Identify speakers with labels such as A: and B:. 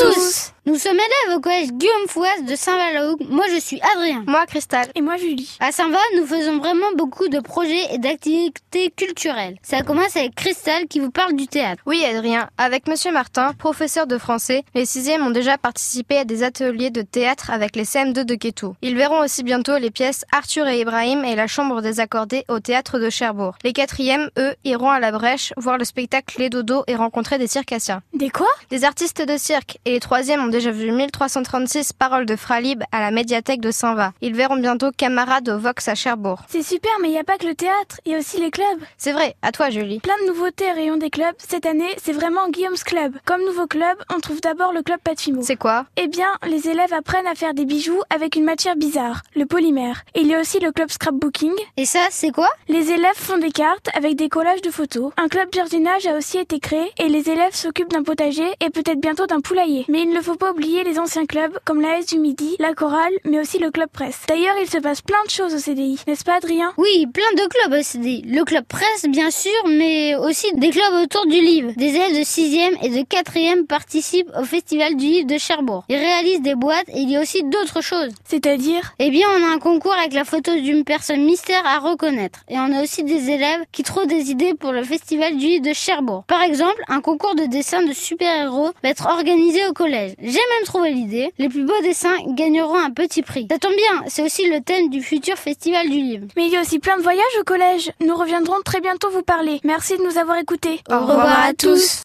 A: tous Nous sommes élèves au collège Guillaume Fouas de Saint-Valois. Moi, je suis Adrien.
B: Moi, Cristal.
C: Et moi, Julie.
A: À Saint-Va, nous faisons vraiment beaucoup de projets et d'activités culturelles. Ça commence avec Cristal qui vous parle du théâtre.
B: Oui, Adrien. Avec Monsieur Martin, professeur de français, les sixièmes ont déjà participé à des ateliers de théâtre avec les CM2 de Quétou. Ils verront aussi bientôt les pièces Arthur et Ibrahim et La Chambre des accordés au théâtre de Cherbourg. Les quatrièmes, eux, iront à la brèche voir le spectacle Les Dodos et rencontrer des circassiens.
C: Des quoi
B: Des artistes de cirque. Et les troisièmes ont déjà vu 1336 paroles de Fralib à la médiathèque de Saint-Va. Ils verront bientôt Camarade au Vox à Cherbourg.
C: C'est super, mais il n'y a pas que le théâtre, il y a aussi les clubs.
B: C'est vrai, à toi Julie.
C: Plein de nouveautés au rayon des clubs. Cette année, c'est vraiment Guillaume's Club. Comme nouveau club, on trouve d'abord le club Patimo.
B: C'est quoi
C: Eh bien, les élèves apprennent à faire des bijoux avec une matière bizarre, le polymère. Et il y a aussi le club scrapbooking.
A: Et ça, c'est quoi
C: Les élèves font des cartes avec des collages de photos. Un club jardinage a aussi été créé et les élèves s'occupent d'un potager et peut-être bientôt d'un poulailler. Mais il ne faut pas oublier les anciens clubs comme l'AS du Midi, la Chorale, mais aussi le club presse. D'ailleurs, il se passe plein de choses au CDI, n'est-ce pas Adrien
A: Oui, plein de clubs au CDI. Le club presse, bien sûr, mais aussi des clubs autour du livre. Des élèves de 6e et de 4e participent au Festival du livre de Cherbourg. Ils réalisent des boîtes et il y a aussi d'autres choses.
C: C'est-à-dire
A: Eh bien, on a un concours avec la photo d'une personne mystère à reconnaître. Et on a aussi des élèves qui trouvent des idées pour le Festival du livre de Cherbourg. Par exemple, un concours de dessin de super-héros va être organisé au collège. J'ai même trouvé l'idée. Les plus beaux dessins gagneront un petit prix. Ça tombe bien, c'est aussi le thème du futur Festival du livre.
C: Mais il y a aussi plein de voyages au collège. Nous reviendrons très bientôt vous parler. Merci de nous avoir écoutés.
B: Au revoir à tous.